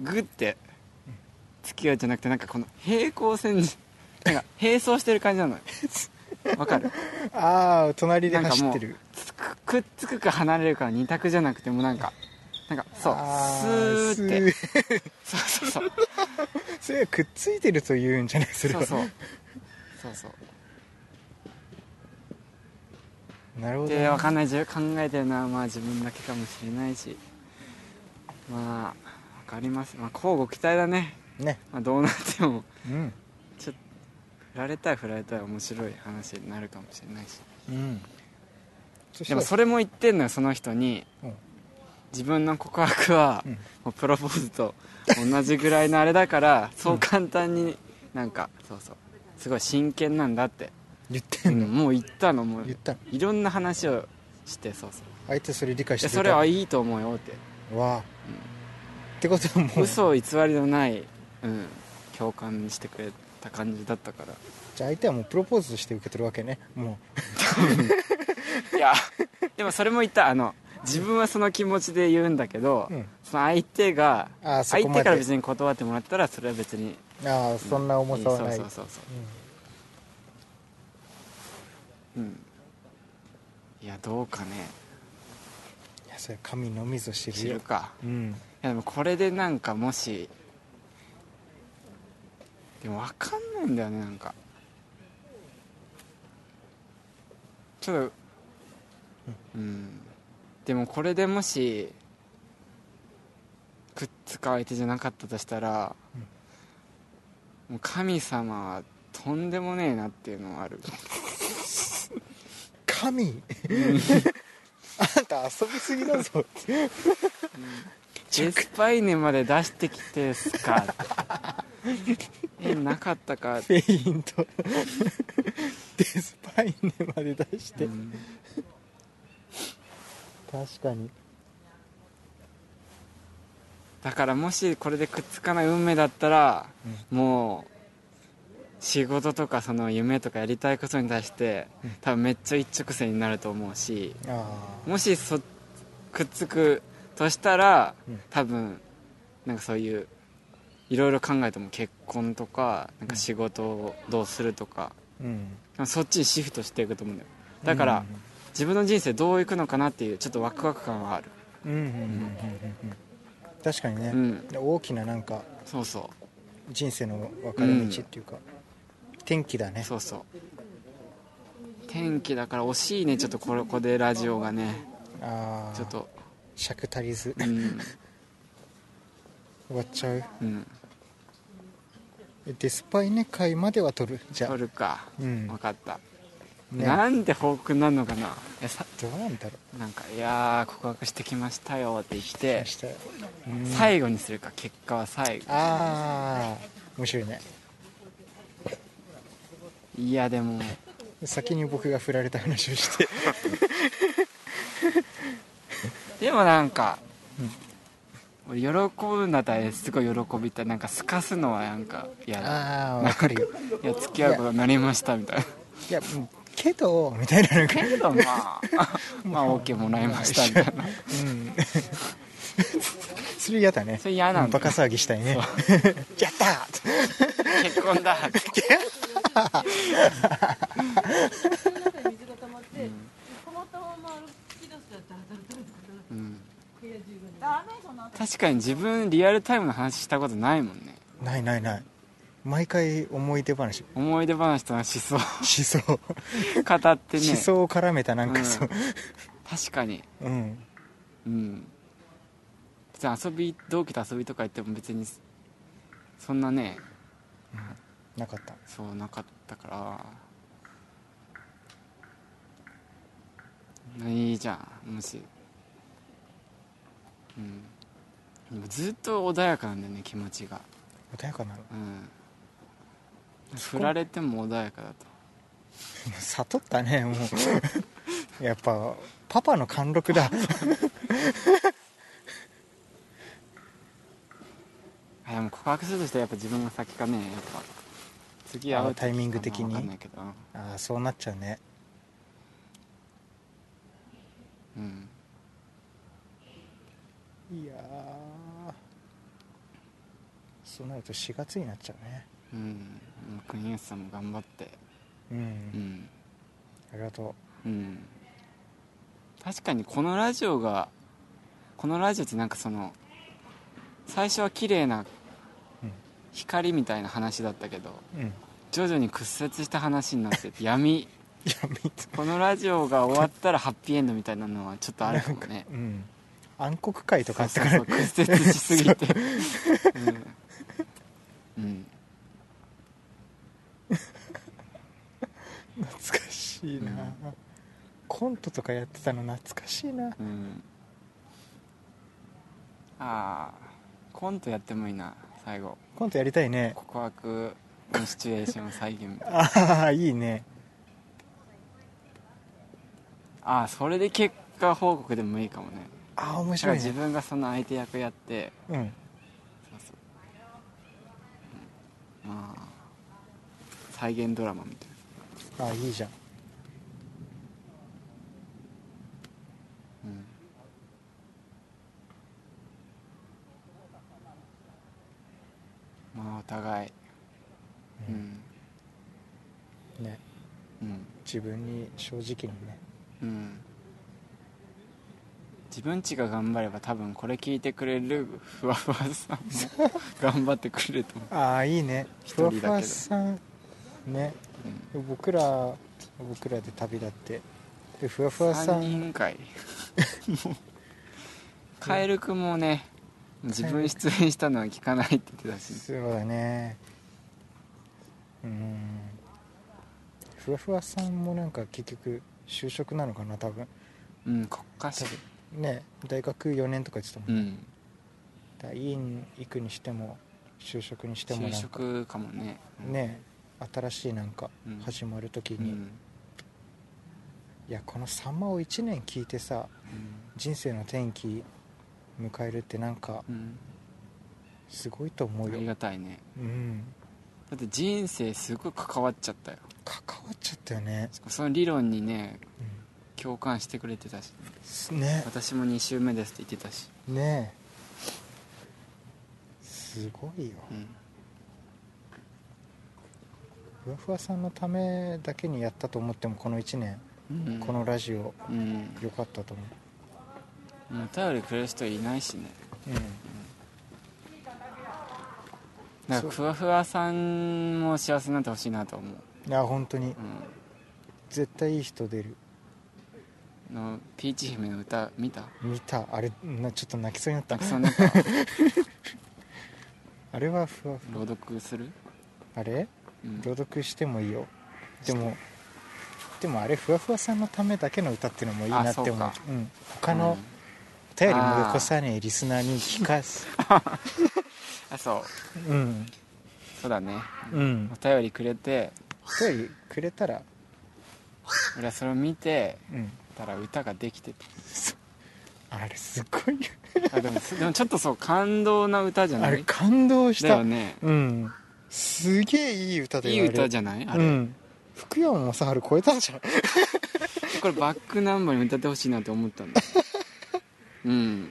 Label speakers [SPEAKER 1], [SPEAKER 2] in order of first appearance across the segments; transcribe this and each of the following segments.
[SPEAKER 1] グッて付き合うじゃなくてなんかこの平行線なんか並走してる感じなの よわかる
[SPEAKER 2] ああ隣で
[SPEAKER 1] なんか
[SPEAKER 2] 走
[SPEAKER 1] も
[SPEAKER 2] っ
[SPEAKER 1] う
[SPEAKER 2] てる
[SPEAKER 1] つくくっつくか離れるか二択じゃなくてもうなんかなんかそう
[SPEAKER 2] あー
[SPEAKER 1] スーってそ
[SPEAKER 2] す
[SPEAKER 1] うそうそう
[SPEAKER 2] それはくっついてるというんじゃないそれ
[SPEAKER 1] そう
[SPEAKER 2] は
[SPEAKER 1] そうそうそう
[SPEAKER 2] なるほど
[SPEAKER 1] で
[SPEAKER 2] ね
[SPEAKER 1] わかんない自分考えてるのはまあ自分だけかもしれないしまあわかりますまあ交互期待だね、
[SPEAKER 2] ね
[SPEAKER 1] まあ、どうなっても
[SPEAKER 2] うん
[SPEAKER 1] 振られたい振られたい面白い話になるかもしれないし
[SPEAKER 2] うんそした
[SPEAKER 1] で
[SPEAKER 2] ら
[SPEAKER 1] もそれも言ってんのよその人に、
[SPEAKER 2] うん
[SPEAKER 1] 自分の告白は、
[SPEAKER 2] うん
[SPEAKER 1] もうプロポーズと同じぐらいのあれだからそう簡単になんかそうそうすごい真剣なんだって、
[SPEAKER 2] 言ってんの、
[SPEAKER 1] うんもう言ったのもう
[SPEAKER 2] 言ったの
[SPEAKER 1] いろんな話をしてそうそう
[SPEAKER 2] 相手それ理解して
[SPEAKER 1] で
[SPEAKER 2] く
[SPEAKER 1] それ
[SPEAKER 2] た
[SPEAKER 1] はいいと思うよって
[SPEAKER 2] わあ、ってことはもう
[SPEAKER 1] 嘘を偽りのない、うん、共感してくれた感じだったから
[SPEAKER 2] じゃあ相手はもうプロポーズして受け取るわけねも
[SPEAKER 1] いや でもそれも言ったあの自分はその気持ちで言うんだけど、
[SPEAKER 2] う、うん、
[SPEAKER 1] その相手が
[SPEAKER 2] ああそこ
[SPEAKER 1] 相
[SPEAKER 2] まで
[SPEAKER 1] 手から別に断ってもらったらそれは別に
[SPEAKER 2] ああそんな重さはない、
[SPEAKER 1] そうそうそうそううんいやどうかね
[SPEAKER 2] うんいやそれ神のみぞ知
[SPEAKER 1] 知
[SPEAKER 2] るよ
[SPEAKER 1] るか
[SPEAKER 2] うん
[SPEAKER 1] いやでもこれでなんかもしでも分かんないんだよねなんかちょっとうんでもこれでもしくっつか相手じゃなかったとしたら、もう神様はとんでもねえなっていうのはある
[SPEAKER 2] 神 あんた遊びすぎだぞ
[SPEAKER 1] エスパイネまで出してきてっすかえなかったか
[SPEAKER 2] フェイント デスパイネまで出して、
[SPEAKER 1] うん
[SPEAKER 2] 確かに
[SPEAKER 1] だからもしこれでくっつかない運命だったら、もう仕事とかその夢とかやりたいことに対して、多分めっちゃ一直線になると思うし
[SPEAKER 2] ああ
[SPEAKER 1] もしそくっつくとしたら、
[SPEAKER 2] うん
[SPEAKER 1] 多分なんかそういういろいろ考えても結婚とかなんか仕事をどうするとか、
[SPEAKER 2] うん
[SPEAKER 1] そっちにシフトしていくと思うんだよだから、自分の人生どういくのかなっていうちょっとワクワク感はある
[SPEAKER 2] うんうんうんうんうんうん確かにね、
[SPEAKER 1] うん
[SPEAKER 2] 大きななんか
[SPEAKER 1] そうそ
[SPEAKER 2] 人生の分かれ道っていうか、天気だ
[SPEAKER 1] う
[SPEAKER 2] ね
[SPEAKER 1] そうそう天気だから惜しいねちょっとこれここでラジオがね
[SPEAKER 2] ああ
[SPEAKER 1] ちょっと
[SPEAKER 2] 尺足りず
[SPEAKER 1] うん、
[SPEAKER 2] 終わっちゃう
[SPEAKER 1] うん、
[SPEAKER 2] デスパイネ会までは取るじゃあ
[SPEAKER 1] 取るか
[SPEAKER 2] うん
[SPEAKER 1] 分かった、
[SPEAKER 2] ね
[SPEAKER 1] なんで報告になるのかなえさ
[SPEAKER 2] どうなんだろ
[SPEAKER 1] なんか「いやー告白してきましたよ」って言っ
[SPEAKER 2] う
[SPEAKER 1] て
[SPEAKER 2] したらうん
[SPEAKER 1] 最後にするか結果は最後
[SPEAKER 2] ああ面白いね
[SPEAKER 1] いやでも
[SPEAKER 2] 先に僕が振られた話をして
[SPEAKER 1] でもなんか、俺喜ぶんだったらすごい喜びたいなんかすかすのはなんか嫌だ
[SPEAKER 2] ああ分かるよ
[SPEAKER 1] いや付き合うことになりましたみたいない
[SPEAKER 2] やうんけどみたいなのが
[SPEAKER 1] けどまあ まあ OK もらいましたみたいな
[SPEAKER 2] うんそれ嫌だね
[SPEAKER 1] それ嫌なんだ
[SPEAKER 2] バカ騒ぎしたいね やったー
[SPEAKER 1] 結婚だ って
[SPEAKER 3] 水が溜まって、溜まったまま歩き出すとダラダラダラダラ
[SPEAKER 1] うん
[SPEAKER 3] 部屋中がねダメそんな
[SPEAKER 1] 確かに自分リアルタイムの話したことないもんね
[SPEAKER 2] ないないない毎回思い出話
[SPEAKER 1] 思い出話との思 想を
[SPEAKER 2] 思想、
[SPEAKER 1] 語ってね
[SPEAKER 2] 思想を絡めたなんかそう
[SPEAKER 1] 確かに
[SPEAKER 2] うん
[SPEAKER 1] うん別に遊び同期と遊びとか行っても別にそんなね
[SPEAKER 2] なかった
[SPEAKER 1] そうなかったからいいじゃんもしうんでもずっと穏やかなんだよね気持ちが
[SPEAKER 2] 穏やかなの
[SPEAKER 1] うん
[SPEAKER 2] そこ
[SPEAKER 1] 振られても穏やかだと
[SPEAKER 2] 悟ったねもう やっぱパパの貫 禄だ
[SPEAKER 1] あでも告白するとしてやっぱ自分が先かねやっぱ次会う時
[SPEAKER 2] あタイミング的に
[SPEAKER 1] かなわかんないけど
[SPEAKER 2] ああそうなっちゃうね
[SPEAKER 1] うん
[SPEAKER 2] いやーそうなると4月になっちゃうね
[SPEAKER 1] うん国吉さんも頑張って
[SPEAKER 2] うん、
[SPEAKER 1] うん
[SPEAKER 2] ありがと
[SPEAKER 1] うん確かにこのラジオがこのラジオってなんかその最初は綺麗な
[SPEAKER 2] うん
[SPEAKER 1] 光みたいな話だったけど
[SPEAKER 2] ううんや
[SPEAKER 1] 徐々に屈折した話になってて闇
[SPEAKER 2] めつ
[SPEAKER 1] このラジオが終わったらハッピーエンドみたいなのはちょっとあるかもね
[SPEAKER 2] うん暗黒会とかあった
[SPEAKER 1] そう
[SPEAKER 2] から
[SPEAKER 1] そうそう屈折しすぎてうん、うん
[SPEAKER 2] 懐かしいな、
[SPEAKER 1] うん
[SPEAKER 2] コントとかやってたの懐かしい
[SPEAKER 1] う
[SPEAKER 2] な
[SPEAKER 1] んああコントやってもいいな最後
[SPEAKER 2] コントやりたいね
[SPEAKER 1] 告白のシチュエーション再現みたいな
[SPEAKER 2] ああいいね
[SPEAKER 1] ああそれで結果報告でもいいかもね
[SPEAKER 2] ああ
[SPEAKER 1] だ
[SPEAKER 2] 面
[SPEAKER 1] から
[SPEAKER 2] 白い
[SPEAKER 1] 自
[SPEAKER 2] ね
[SPEAKER 1] 分がその相手役やって
[SPEAKER 2] うん
[SPEAKER 1] そうそう、うん、まあ再現ドラマみたいな
[SPEAKER 2] ああいいじゃん
[SPEAKER 1] うんまあお互いうん
[SPEAKER 2] ね
[SPEAKER 1] うん
[SPEAKER 2] 自分に正直にね
[SPEAKER 1] うん自分ちが頑張れば多分これ聞いてくれるふわふわさんも頑張ってくれると思
[SPEAKER 2] ああいいね
[SPEAKER 1] 一
[SPEAKER 2] ふわ
[SPEAKER 1] 人だけど
[SPEAKER 2] ふわさんね
[SPEAKER 1] う、うん
[SPEAKER 2] 僕ら僕らで旅立ってでふわふわさ
[SPEAKER 1] 3人
[SPEAKER 2] ん
[SPEAKER 1] 会もうカエルくんもね自分出演したのは聞かないって言ってたし
[SPEAKER 2] そうだねうんふわふわさんもなんか結局就職なのかな多分
[SPEAKER 1] うん国家試
[SPEAKER 2] ね大学4年とか言ってたもん、
[SPEAKER 1] う
[SPEAKER 2] ね
[SPEAKER 1] ん
[SPEAKER 2] だから院行くにしても就職にしても
[SPEAKER 1] 就
[SPEAKER 2] なんか
[SPEAKER 1] 職かもねうん
[SPEAKER 2] ね新しいなんか
[SPEAKER 1] うん
[SPEAKER 2] 始まる時
[SPEAKER 1] う
[SPEAKER 2] に、
[SPEAKER 1] ん
[SPEAKER 2] いやこの「さんま」を1年聞いてさ人生の転機迎えるってなんか
[SPEAKER 1] うん
[SPEAKER 2] すごいと思
[SPEAKER 1] う
[SPEAKER 2] うん
[SPEAKER 1] あ
[SPEAKER 2] よ
[SPEAKER 1] りがたいね
[SPEAKER 2] うん
[SPEAKER 1] だって人生すごい関わっちゃったよ
[SPEAKER 2] 関わっちゃったよね、
[SPEAKER 1] しかもその理論にね
[SPEAKER 2] う
[SPEAKER 1] 共感してくれてたし
[SPEAKER 2] ん、ね
[SPEAKER 1] 私も2週目ですって言ってたし、
[SPEAKER 2] ねえすごいよ
[SPEAKER 1] うん、
[SPEAKER 2] ふわふわさんのためだけにやったと思ってもこの1年、
[SPEAKER 1] うん
[SPEAKER 2] このラジオ
[SPEAKER 1] うん
[SPEAKER 2] 良かったと思
[SPEAKER 1] もう頼りくれる人いないしね
[SPEAKER 2] うう
[SPEAKER 1] だからふわふわさんも幸せになってほしいなと思う、
[SPEAKER 2] んいや本当に
[SPEAKER 1] う
[SPEAKER 2] 絶対いい人出る
[SPEAKER 1] ん、のピーチ姫の歌見た
[SPEAKER 2] 見たあれなちょっと泣きそうになった
[SPEAKER 1] たくさんなんか
[SPEAKER 2] あれはふわふ
[SPEAKER 1] 朗読する、
[SPEAKER 2] あれ
[SPEAKER 1] うん、
[SPEAKER 2] 朗読してもいいよでもでもあれふわふわさんのためだけの歌っていうのもいいなって思う
[SPEAKER 1] あそう
[SPEAKER 2] う、ん、他
[SPEAKER 1] う
[SPEAKER 2] の
[SPEAKER 1] ん
[SPEAKER 2] お便りもよこさねえリスナーに聞かす
[SPEAKER 1] あそう
[SPEAKER 2] うん
[SPEAKER 1] そうだね
[SPEAKER 2] うん
[SPEAKER 1] お便りくれて
[SPEAKER 2] お便りくれたら
[SPEAKER 1] 俺はそれを見て
[SPEAKER 2] うん
[SPEAKER 1] たら歌ができて
[SPEAKER 2] あれすごいよ
[SPEAKER 1] たあでもすでもちょっとそう感動な歌じゃ
[SPEAKER 2] あ
[SPEAKER 1] な
[SPEAKER 2] れ
[SPEAKER 1] い
[SPEAKER 2] 感動し
[SPEAKER 1] だ
[SPEAKER 2] た
[SPEAKER 1] よね
[SPEAKER 2] うんすげえいい歌だよ
[SPEAKER 1] いい歌じ
[SPEAKER 2] ゃん
[SPEAKER 1] ゃないあ
[SPEAKER 2] あ
[SPEAKER 1] れ、
[SPEAKER 2] れ、うん、福山雅治超えたんじゃん
[SPEAKER 1] これバックナンバーに歌ってほしいなって思った んだうん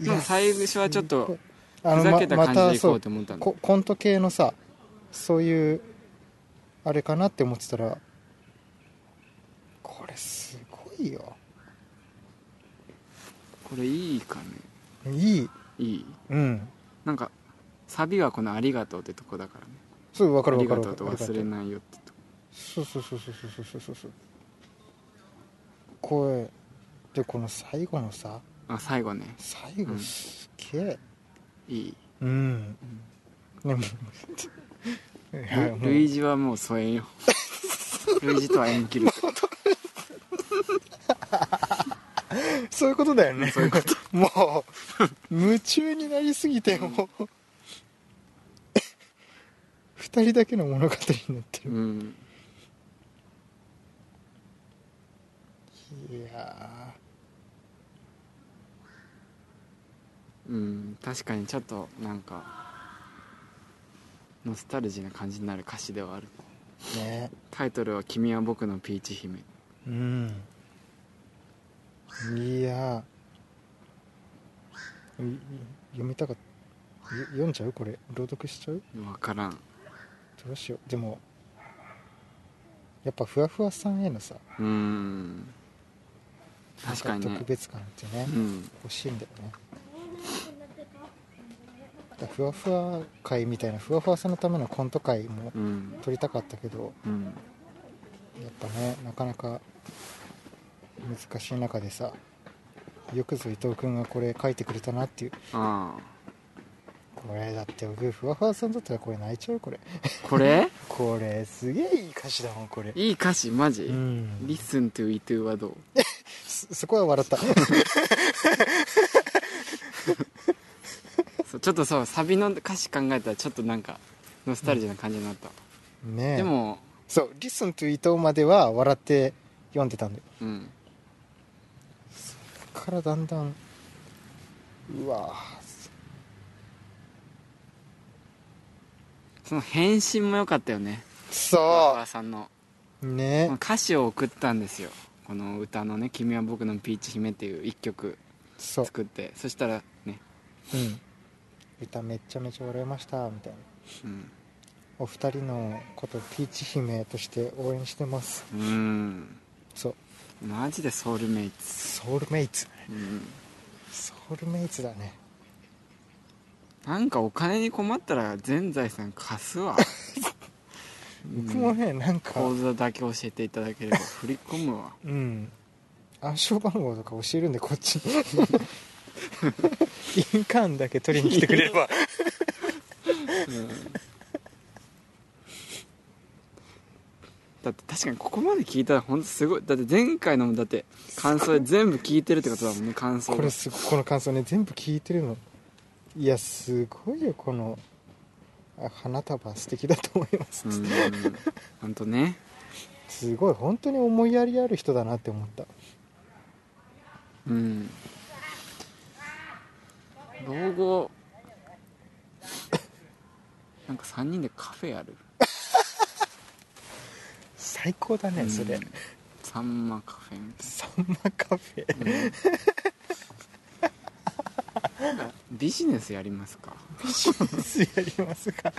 [SPEAKER 1] でも最初はちょっと
[SPEAKER 2] あ
[SPEAKER 1] ふ
[SPEAKER 2] の
[SPEAKER 1] ざ
[SPEAKER 2] ま
[SPEAKER 1] けた
[SPEAKER 2] ま
[SPEAKER 1] 感じで
[SPEAKER 2] た
[SPEAKER 1] いこ
[SPEAKER 2] そうう
[SPEAKER 1] と思ったんだ、
[SPEAKER 2] ココント系のさそういうあれかなって思ってたらこれすごいよ
[SPEAKER 1] これいいかね
[SPEAKER 2] いい
[SPEAKER 1] いい
[SPEAKER 2] うん
[SPEAKER 1] なんかサビはこの「ありがとう」ってとこだからね
[SPEAKER 2] そう分
[SPEAKER 1] あ
[SPEAKER 2] かる
[SPEAKER 1] り
[SPEAKER 2] 分か
[SPEAKER 1] が
[SPEAKER 2] る
[SPEAKER 1] とうと
[SPEAKER 2] 分かる
[SPEAKER 1] 忘れないよってとこ
[SPEAKER 2] そうそうそうそうそうそうそうそうこれでこの最後のさ
[SPEAKER 1] あ最後ね
[SPEAKER 2] 最
[SPEAKER 1] う
[SPEAKER 2] 後
[SPEAKER 1] ん
[SPEAKER 2] すっげえ
[SPEAKER 1] いい
[SPEAKER 2] うん、でもいやも
[SPEAKER 1] ル
[SPEAKER 2] う
[SPEAKER 1] ルイージはもう疎遠よ ルイージとは縁切る
[SPEAKER 2] そういうことだよね もう夢中になりすぎてもう 二人だけの物語になって
[SPEAKER 1] う
[SPEAKER 2] る、
[SPEAKER 1] ん
[SPEAKER 2] いや
[SPEAKER 1] うん確かにちょっとなんかノスタルジーな感じになる歌詞ではある
[SPEAKER 2] ーね
[SPEAKER 1] タイトルは「君は僕のピーチ姫
[SPEAKER 2] うんいやーい読みたかっ」よ読んじゃうこれ朗読しちゃう
[SPEAKER 1] 分からん
[SPEAKER 2] どうしようでもやっぱふわふわさんへのさ
[SPEAKER 1] うーん確かに
[SPEAKER 2] なん
[SPEAKER 1] ね
[SPEAKER 2] 特別感ってね、
[SPEAKER 1] うん
[SPEAKER 2] 欲しいんだよねだからふわふわ会みたいなふわふわさんのためのコント会も
[SPEAKER 1] うん
[SPEAKER 2] 撮りたかったけど
[SPEAKER 1] うん
[SPEAKER 2] やっぱねなかなか難しい中でさよくぞ伊藤君がこれ書いてくれたなっていう
[SPEAKER 1] あ
[SPEAKER 2] これだって僕ふわふわさんだったらこれ泣いちゃうこれ
[SPEAKER 1] あこれ
[SPEAKER 2] これすげえいい歌詞だもんこれ
[SPEAKER 1] いい歌詞マジ、
[SPEAKER 2] うん
[SPEAKER 1] リスントゥイトゥはどう
[SPEAKER 2] そそこは笑った
[SPEAKER 1] そうちょっとそうサビの歌詞考えたらちょっとなんかノスタルジーな感じになった、
[SPEAKER 2] ねえ
[SPEAKER 1] でも
[SPEAKER 2] そう「リスンと伊藤」までは笑って読んでたんだよ
[SPEAKER 1] うん
[SPEAKER 2] からだんだんうわ
[SPEAKER 1] その返信も良かったよねお
[SPEAKER 2] そ
[SPEAKER 1] 母さんの
[SPEAKER 2] うね
[SPEAKER 1] この歌詞を送ったんですよこの歌のね「君は僕のピーチ姫」っていう一曲
[SPEAKER 2] そう、
[SPEAKER 1] 作ってそしたらね、
[SPEAKER 2] うん、歌めっちゃめちゃ笑いましたみたいな
[SPEAKER 1] うん、
[SPEAKER 2] お二人のことピーチ姫として応援してます
[SPEAKER 1] うーん
[SPEAKER 2] そう
[SPEAKER 1] マジでソウルメイツ、
[SPEAKER 2] ソウルメイツ
[SPEAKER 1] うん、
[SPEAKER 2] ソウルメイツだね
[SPEAKER 1] なんかお金に困ったら全財産貸す わうん
[SPEAKER 2] 僕もねなんか
[SPEAKER 1] 口座だけ教えていただければ振り込むわ
[SPEAKER 2] うん暗証番号とか教えるんでこっち に印鑑だけ取りに来てくれれば
[SPEAKER 1] だって確かにここまで聞いたら本当すごいだって前回のもだって感想で全部聞いてるってことだもんね感想
[SPEAKER 2] これすごこの感想ね全部聞いてるのいやすごいよこのあ花束素敵だと思います、
[SPEAKER 1] うん本当ね
[SPEAKER 2] すごい本当に思いやりある人だなって思った
[SPEAKER 1] うん老後 なんか3人でカフェやる
[SPEAKER 2] 最高だねそれ、
[SPEAKER 1] うんサンマカフェみたい
[SPEAKER 2] サンマカフェ
[SPEAKER 1] な なんかビジネスやりますか
[SPEAKER 2] ビジネスやりますか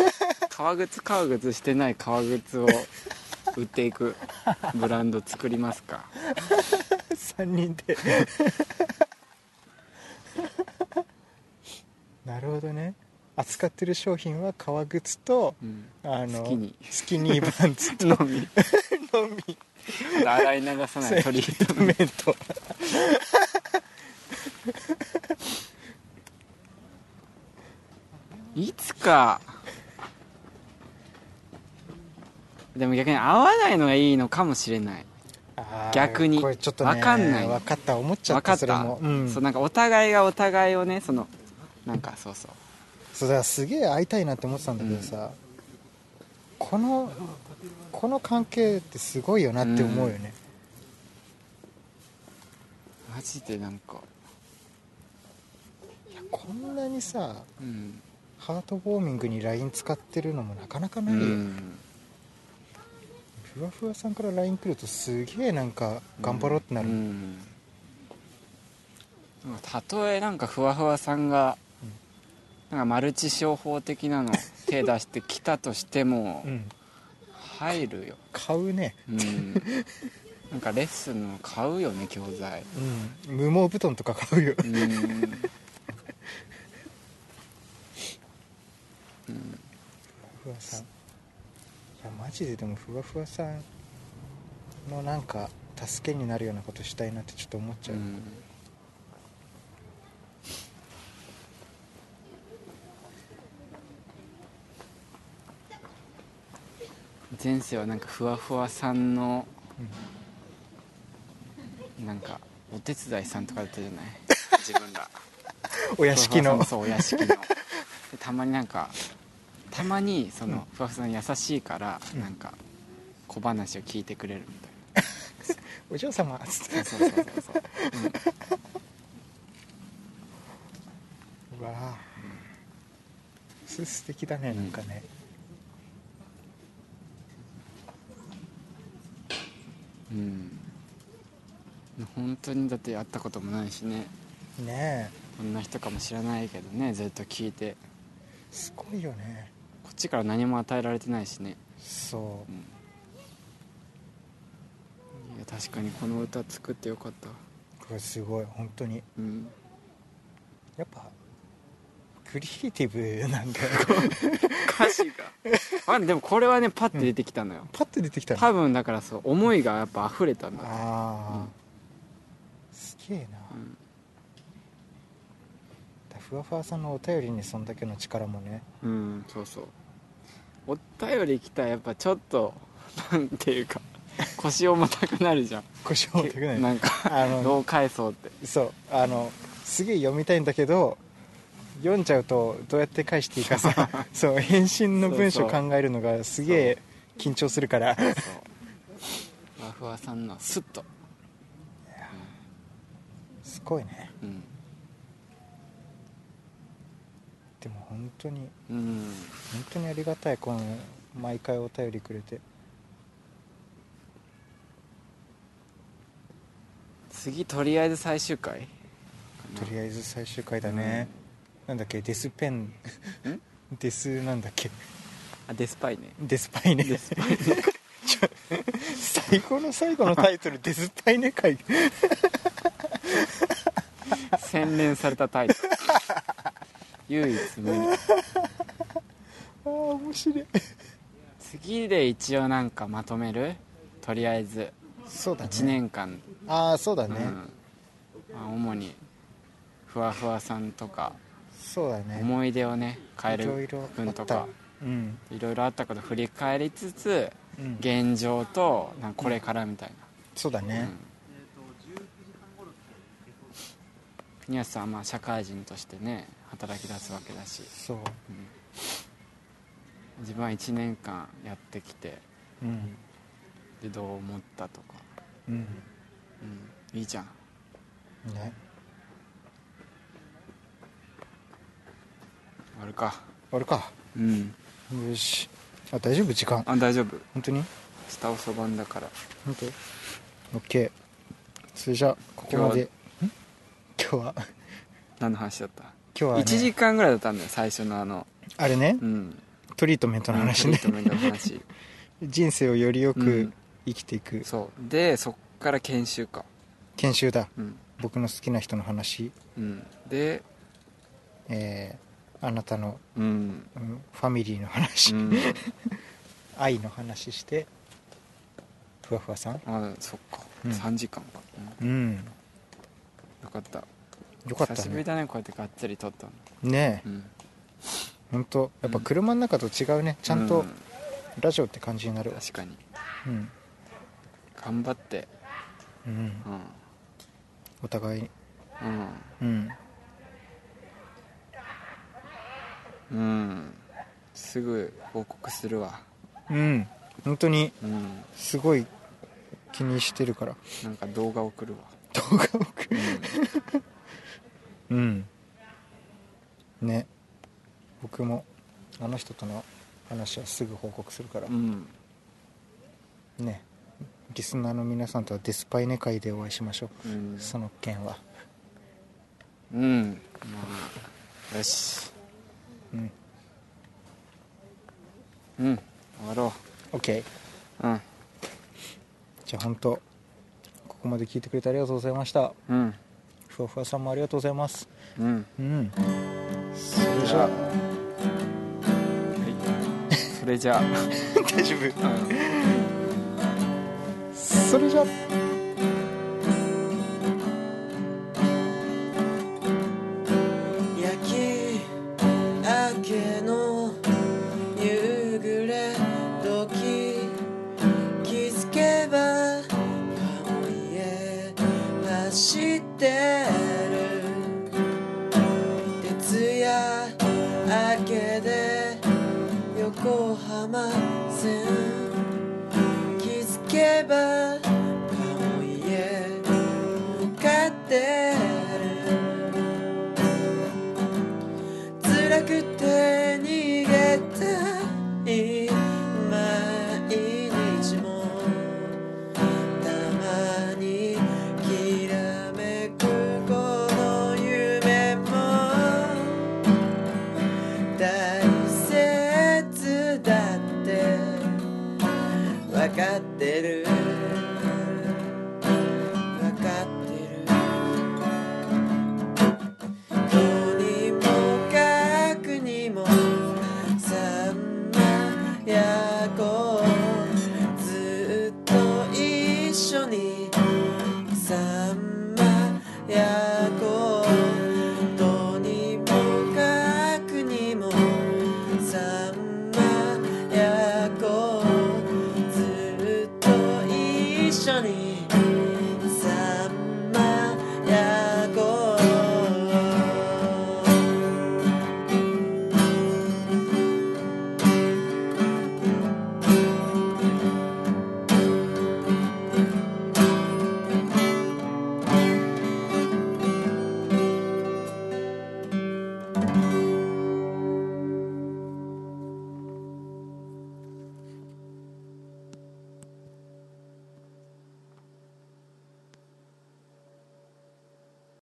[SPEAKER 1] 革靴革靴してない革靴を売っていくブランド作りますか
[SPEAKER 2] 3人で なるほどね扱ってる商品は革靴と
[SPEAKER 1] うん
[SPEAKER 2] あの
[SPEAKER 1] スキニー
[SPEAKER 2] スキニーパンツとのみのみ
[SPEAKER 1] 洗い流さないトリートメン
[SPEAKER 2] メント
[SPEAKER 1] トいつかでも逆に合わないのがいいのかもしれない
[SPEAKER 2] あー
[SPEAKER 1] 逆に
[SPEAKER 2] これちょっとね
[SPEAKER 1] わかんない
[SPEAKER 2] 分かった思っちゃ
[SPEAKER 1] 分
[SPEAKER 2] っ
[SPEAKER 1] か
[SPEAKER 2] た
[SPEAKER 1] っ
[SPEAKER 2] それ
[SPEAKER 1] た
[SPEAKER 2] も、うん、
[SPEAKER 1] そ
[SPEAKER 2] そうう
[SPEAKER 1] なんかお互いがお互いをねそのなんかそうそう
[SPEAKER 2] だからすげえ会いたいなって思ってたんだけどさ、このこの関係ってすごいよなって思うよね、
[SPEAKER 1] マジでなんか
[SPEAKER 2] いやこんなにさ
[SPEAKER 1] うん、
[SPEAKER 2] ハートウォーミングに LINE 使ってるのもなかなか
[SPEAKER 1] う
[SPEAKER 2] ないよ、
[SPEAKER 1] ん、
[SPEAKER 2] ふわふわさんから LINE 来るとすげえなんか頑張ろうってなる、
[SPEAKER 1] うんなんかたとえなんかふわふわさんが、なんかマルチ商法的 なの手出してきたとしても
[SPEAKER 2] うん
[SPEAKER 1] 入るよ、
[SPEAKER 2] 買うね、
[SPEAKER 1] うん、なんかレッスンの買うよね教材
[SPEAKER 2] うん、無毛布団とか買うよ
[SPEAKER 1] うん、うん、
[SPEAKER 2] ふわさんいやマジででもふわふわさんのなんか助けになるようなことしたいなってちょっと思っち
[SPEAKER 1] う
[SPEAKER 2] ゃう、
[SPEAKER 1] ん前世はなんかふわふわさんのなんかお手伝いさんとかだったじゃない自分ら
[SPEAKER 2] お屋敷の
[SPEAKER 1] ふわふわさんそうお屋敷のでたまになんかたまにその、ふわふわさん優しいからなんか小話を聞いてくれるみ たいな
[SPEAKER 2] お嬢様っつって
[SPEAKER 1] そうそうそうそう
[SPEAKER 2] うわあそれ素敵だねなんかね、
[SPEAKER 1] うん本当にだって会ったこともないしね
[SPEAKER 2] ねえ
[SPEAKER 1] こんな人かもしれないけどねずっと聞いて
[SPEAKER 2] すごいよね
[SPEAKER 1] こっちから何も与えられてないしね、
[SPEAKER 2] そううん
[SPEAKER 1] いや確かにこの歌作ってよかった
[SPEAKER 2] これすごい本当に
[SPEAKER 1] うん
[SPEAKER 2] やっぱクリエイティブなんだ よ
[SPEAKER 1] 歌詞が あでもこれはねパッて出てきたのよ、
[SPEAKER 2] パッと出てきた
[SPEAKER 1] 多
[SPEAKER 2] 分
[SPEAKER 1] 分だからそう思いがやっぱ溢れたんだ、
[SPEAKER 2] ああ、
[SPEAKER 1] うん
[SPEAKER 2] すげえな、
[SPEAKER 1] うん
[SPEAKER 2] だふわふわさんのお便りにそんだけの力もね
[SPEAKER 1] うんそうそうお便り来たらやっぱちょっとなんていうか腰重たくなるじゃん
[SPEAKER 2] 腰を持ってくない
[SPEAKER 1] なんか
[SPEAKER 2] あ
[SPEAKER 1] ど
[SPEAKER 2] の
[SPEAKER 1] う返そうって
[SPEAKER 2] そうあのすげえ読みたいんだけど読んじゃうとどうやって返していいか さそう返信の文章
[SPEAKER 1] そうそ
[SPEAKER 2] 考えるのがすげえ緊張す るから
[SPEAKER 1] そうふわふわさんのスッと
[SPEAKER 2] すごいね
[SPEAKER 1] うん、
[SPEAKER 2] でも本当に
[SPEAKER 1] うん、
[SPEAKER 2] 本当にありがたいこの毎回お便りくれて
[SPEAKER 1] 次とりあえず最終回
[SPEAKER 2] とりあえず最終回だね、なんだっけデスペン デスなんだっけ
[SPEAKER 1] あデスパイね
[SPEAKER 2] デスパイネ
[SPEAKER 1] デスパイね
[SPEAKER 2] 最後の最後のタイ トルデスパイネ会
[SPEAKER 1] 洗練されたタイトル 唯一無二
[SPEAKER 2] ああ面白い
[SPEAKER 1] 次で一応なんかまとめるとりあえず
[SPEAKER 2] そうだね
[SPEAKER 1] 1年間、
[SPEAKER 2] ああそうだね、
[SPEAKER 1] うんまあ、主にふわふわさんとか
[SPEAKER 2] そうだね
[SPEAKER 1] 思い出をね変え
[SPEAKER 2] いろ
[SPEAKER 1] る
[SPEAKER 2] いろあ
[SPEAKER 1] 分
[SPEAKER 2] っ
[SPEAKER 1] と
[SPEAKER 2] た
[SPEAKER 1] か
[SPEAKER 2] うん、
[SPEAKER 1] いろいろあったこと振り返りつつ
[SPEAKER 2] うん、
[SPEAKER 1] 現状となんかこれからみたい
[SPEAKER 2] そうだ
[SPEAKER 1] な、
[SPEAKER 2] ね、
[SPEAKER 1] うん、宮地さんはまあ社会人としてね働き出すわけだし
[SPEAKER 2] そう
[SPEAKER 1] 自分は1年間やってきて
[SPEAKER 2] うん
[SPEAKER 1] でどう思ったとか、
[SPEAKER 2] うん
[SPEAKER 1] うん、いいじゃん
[SPEAKER 2] ね
[SPEAKER 1] 終わるか
[SPEAKER 2] あれか
[SPEAKER 1] うん
[SPEAKER 2] よしあ大丈夫時間
[SPEAKER 1] あ大丈夫
[SPEAKER 2] 本当に
[SPEAKER 1] 下遅番だから
[SPEAKER 2] 本当オッケーそれじゃあここまでん今日は
[SPEAKER 1] 何の話だった
[SPEAKER 2] 今日は、ね、
[SPEAKER 1] 1時間ぐらいだったんだよ最初のあの
[SPEAKER 2] あれね
[SPEAKER 1] うん
[SPEAKER 2] トリートメントの話ね
[SPEAKER 1] トリートメントの話
[SPEAKER 2] 人生をよりよ
[SPEAKER 1] う
[SPEAKER 2] く
[SPEAKER 1] ん
[SPEAKER 2] 生きていく
[SPEAKER 1] そうでそっから研修か
[SPEAKER 2] 研修だ
[SPEAKER 1] うん
[SPEAKER 2] 僕の好きな人の話、
[SPEAKER 1] うんで
[SPEAKER 2] えーあなたの、
[SPEAKER 1] うん、
[SPEAKER 2] うんファミリーの話、
[SPEAKER 1] うん、
[SPEAKER 2] 愛の話してふわふわさん
[SPEAKER 1] あそっか、
[SPEAKER 2] うん
[SPEAKER 1] 3時間か、う
[SPEAKER 2] うん
[SPEAKER 1] んよかった
[SPEAKER 2] よかった
[SPEAKER 1] 久しぶり
[SPEAKER 2] ね
[SPEAKER 1] だねこうやってがっつり撮ったの
[SPEAKER 2] ねえ
[SPEAKER 1] うん
[SPEAKER 2] ほんとやっぱ車の中と違うねちゃん
[SPEAKER 1] う
[SPEAKER 2] とラジオって感じになるわ
[SPEAKER 1] 確かに
[SPEAKER 2] うん、
[SPEAKER 1] 頑張って
[SPEAKER 2] うん、
[SPEAKER 1] う
[SPEAKER 2] お互い
[SPEAKER 1] ん
[SPEAKER 2] うん
[SPEAKER 1] うん、うん、すぐ報告するわ
[SPEAKER 2] うん本当に
[SPEAKER 1] うん
[SPEAKER 2] すごい気にしてるから
[SPEAKER 1] なんか動画送るわ、
[SPEAKER 2] 動画を送
[SPEAKER 1] う
[SPEAKER 2] る
[SPEAKER 1] ん、
[SPEAKER 2] うんね僕もあの人との話はすぐ報告するから、
[SPEAKER 1] うん、
[SPEAKER 2] ねリスナーの皆さんとはデスパイネ会でお会いしましょ
[SPEAKER 1] う
[SPEAKER 2] う、
[SPEAKER 1] ん
[SPEAKER 2] その件は
[SPEAKER 1] うん、まあ、よし
[SPEAKER 2] うん
[SPEAKER 1] うん終わろ
[SPEAKER 2] OK
[SPEAKER 1] ううん
[SPEAKER 2] じゃあ本当ここまで聞いてくれてありがとうございました
[SPEAKER 1] うん
[SPEAKER 2] ふわふわさんもありがとうございます
[SPEAKER 1] うん
[SPEAKER 2] うんそれじゃあ
[SPEAKER 1] はいそれじゃあ、
[SPEAKER 2] 大丈夫
[SPEAKER 1] うん
[SPEAKER 2] それじゃあ
[SPEAKER 4] 焼き明けの夕暮れ時気づけばファンへ走ってる徹夜明けで横浜線気づけばファンへ向かってる辛くて逃げたい毎日もたまにきらめくこの夢もかってる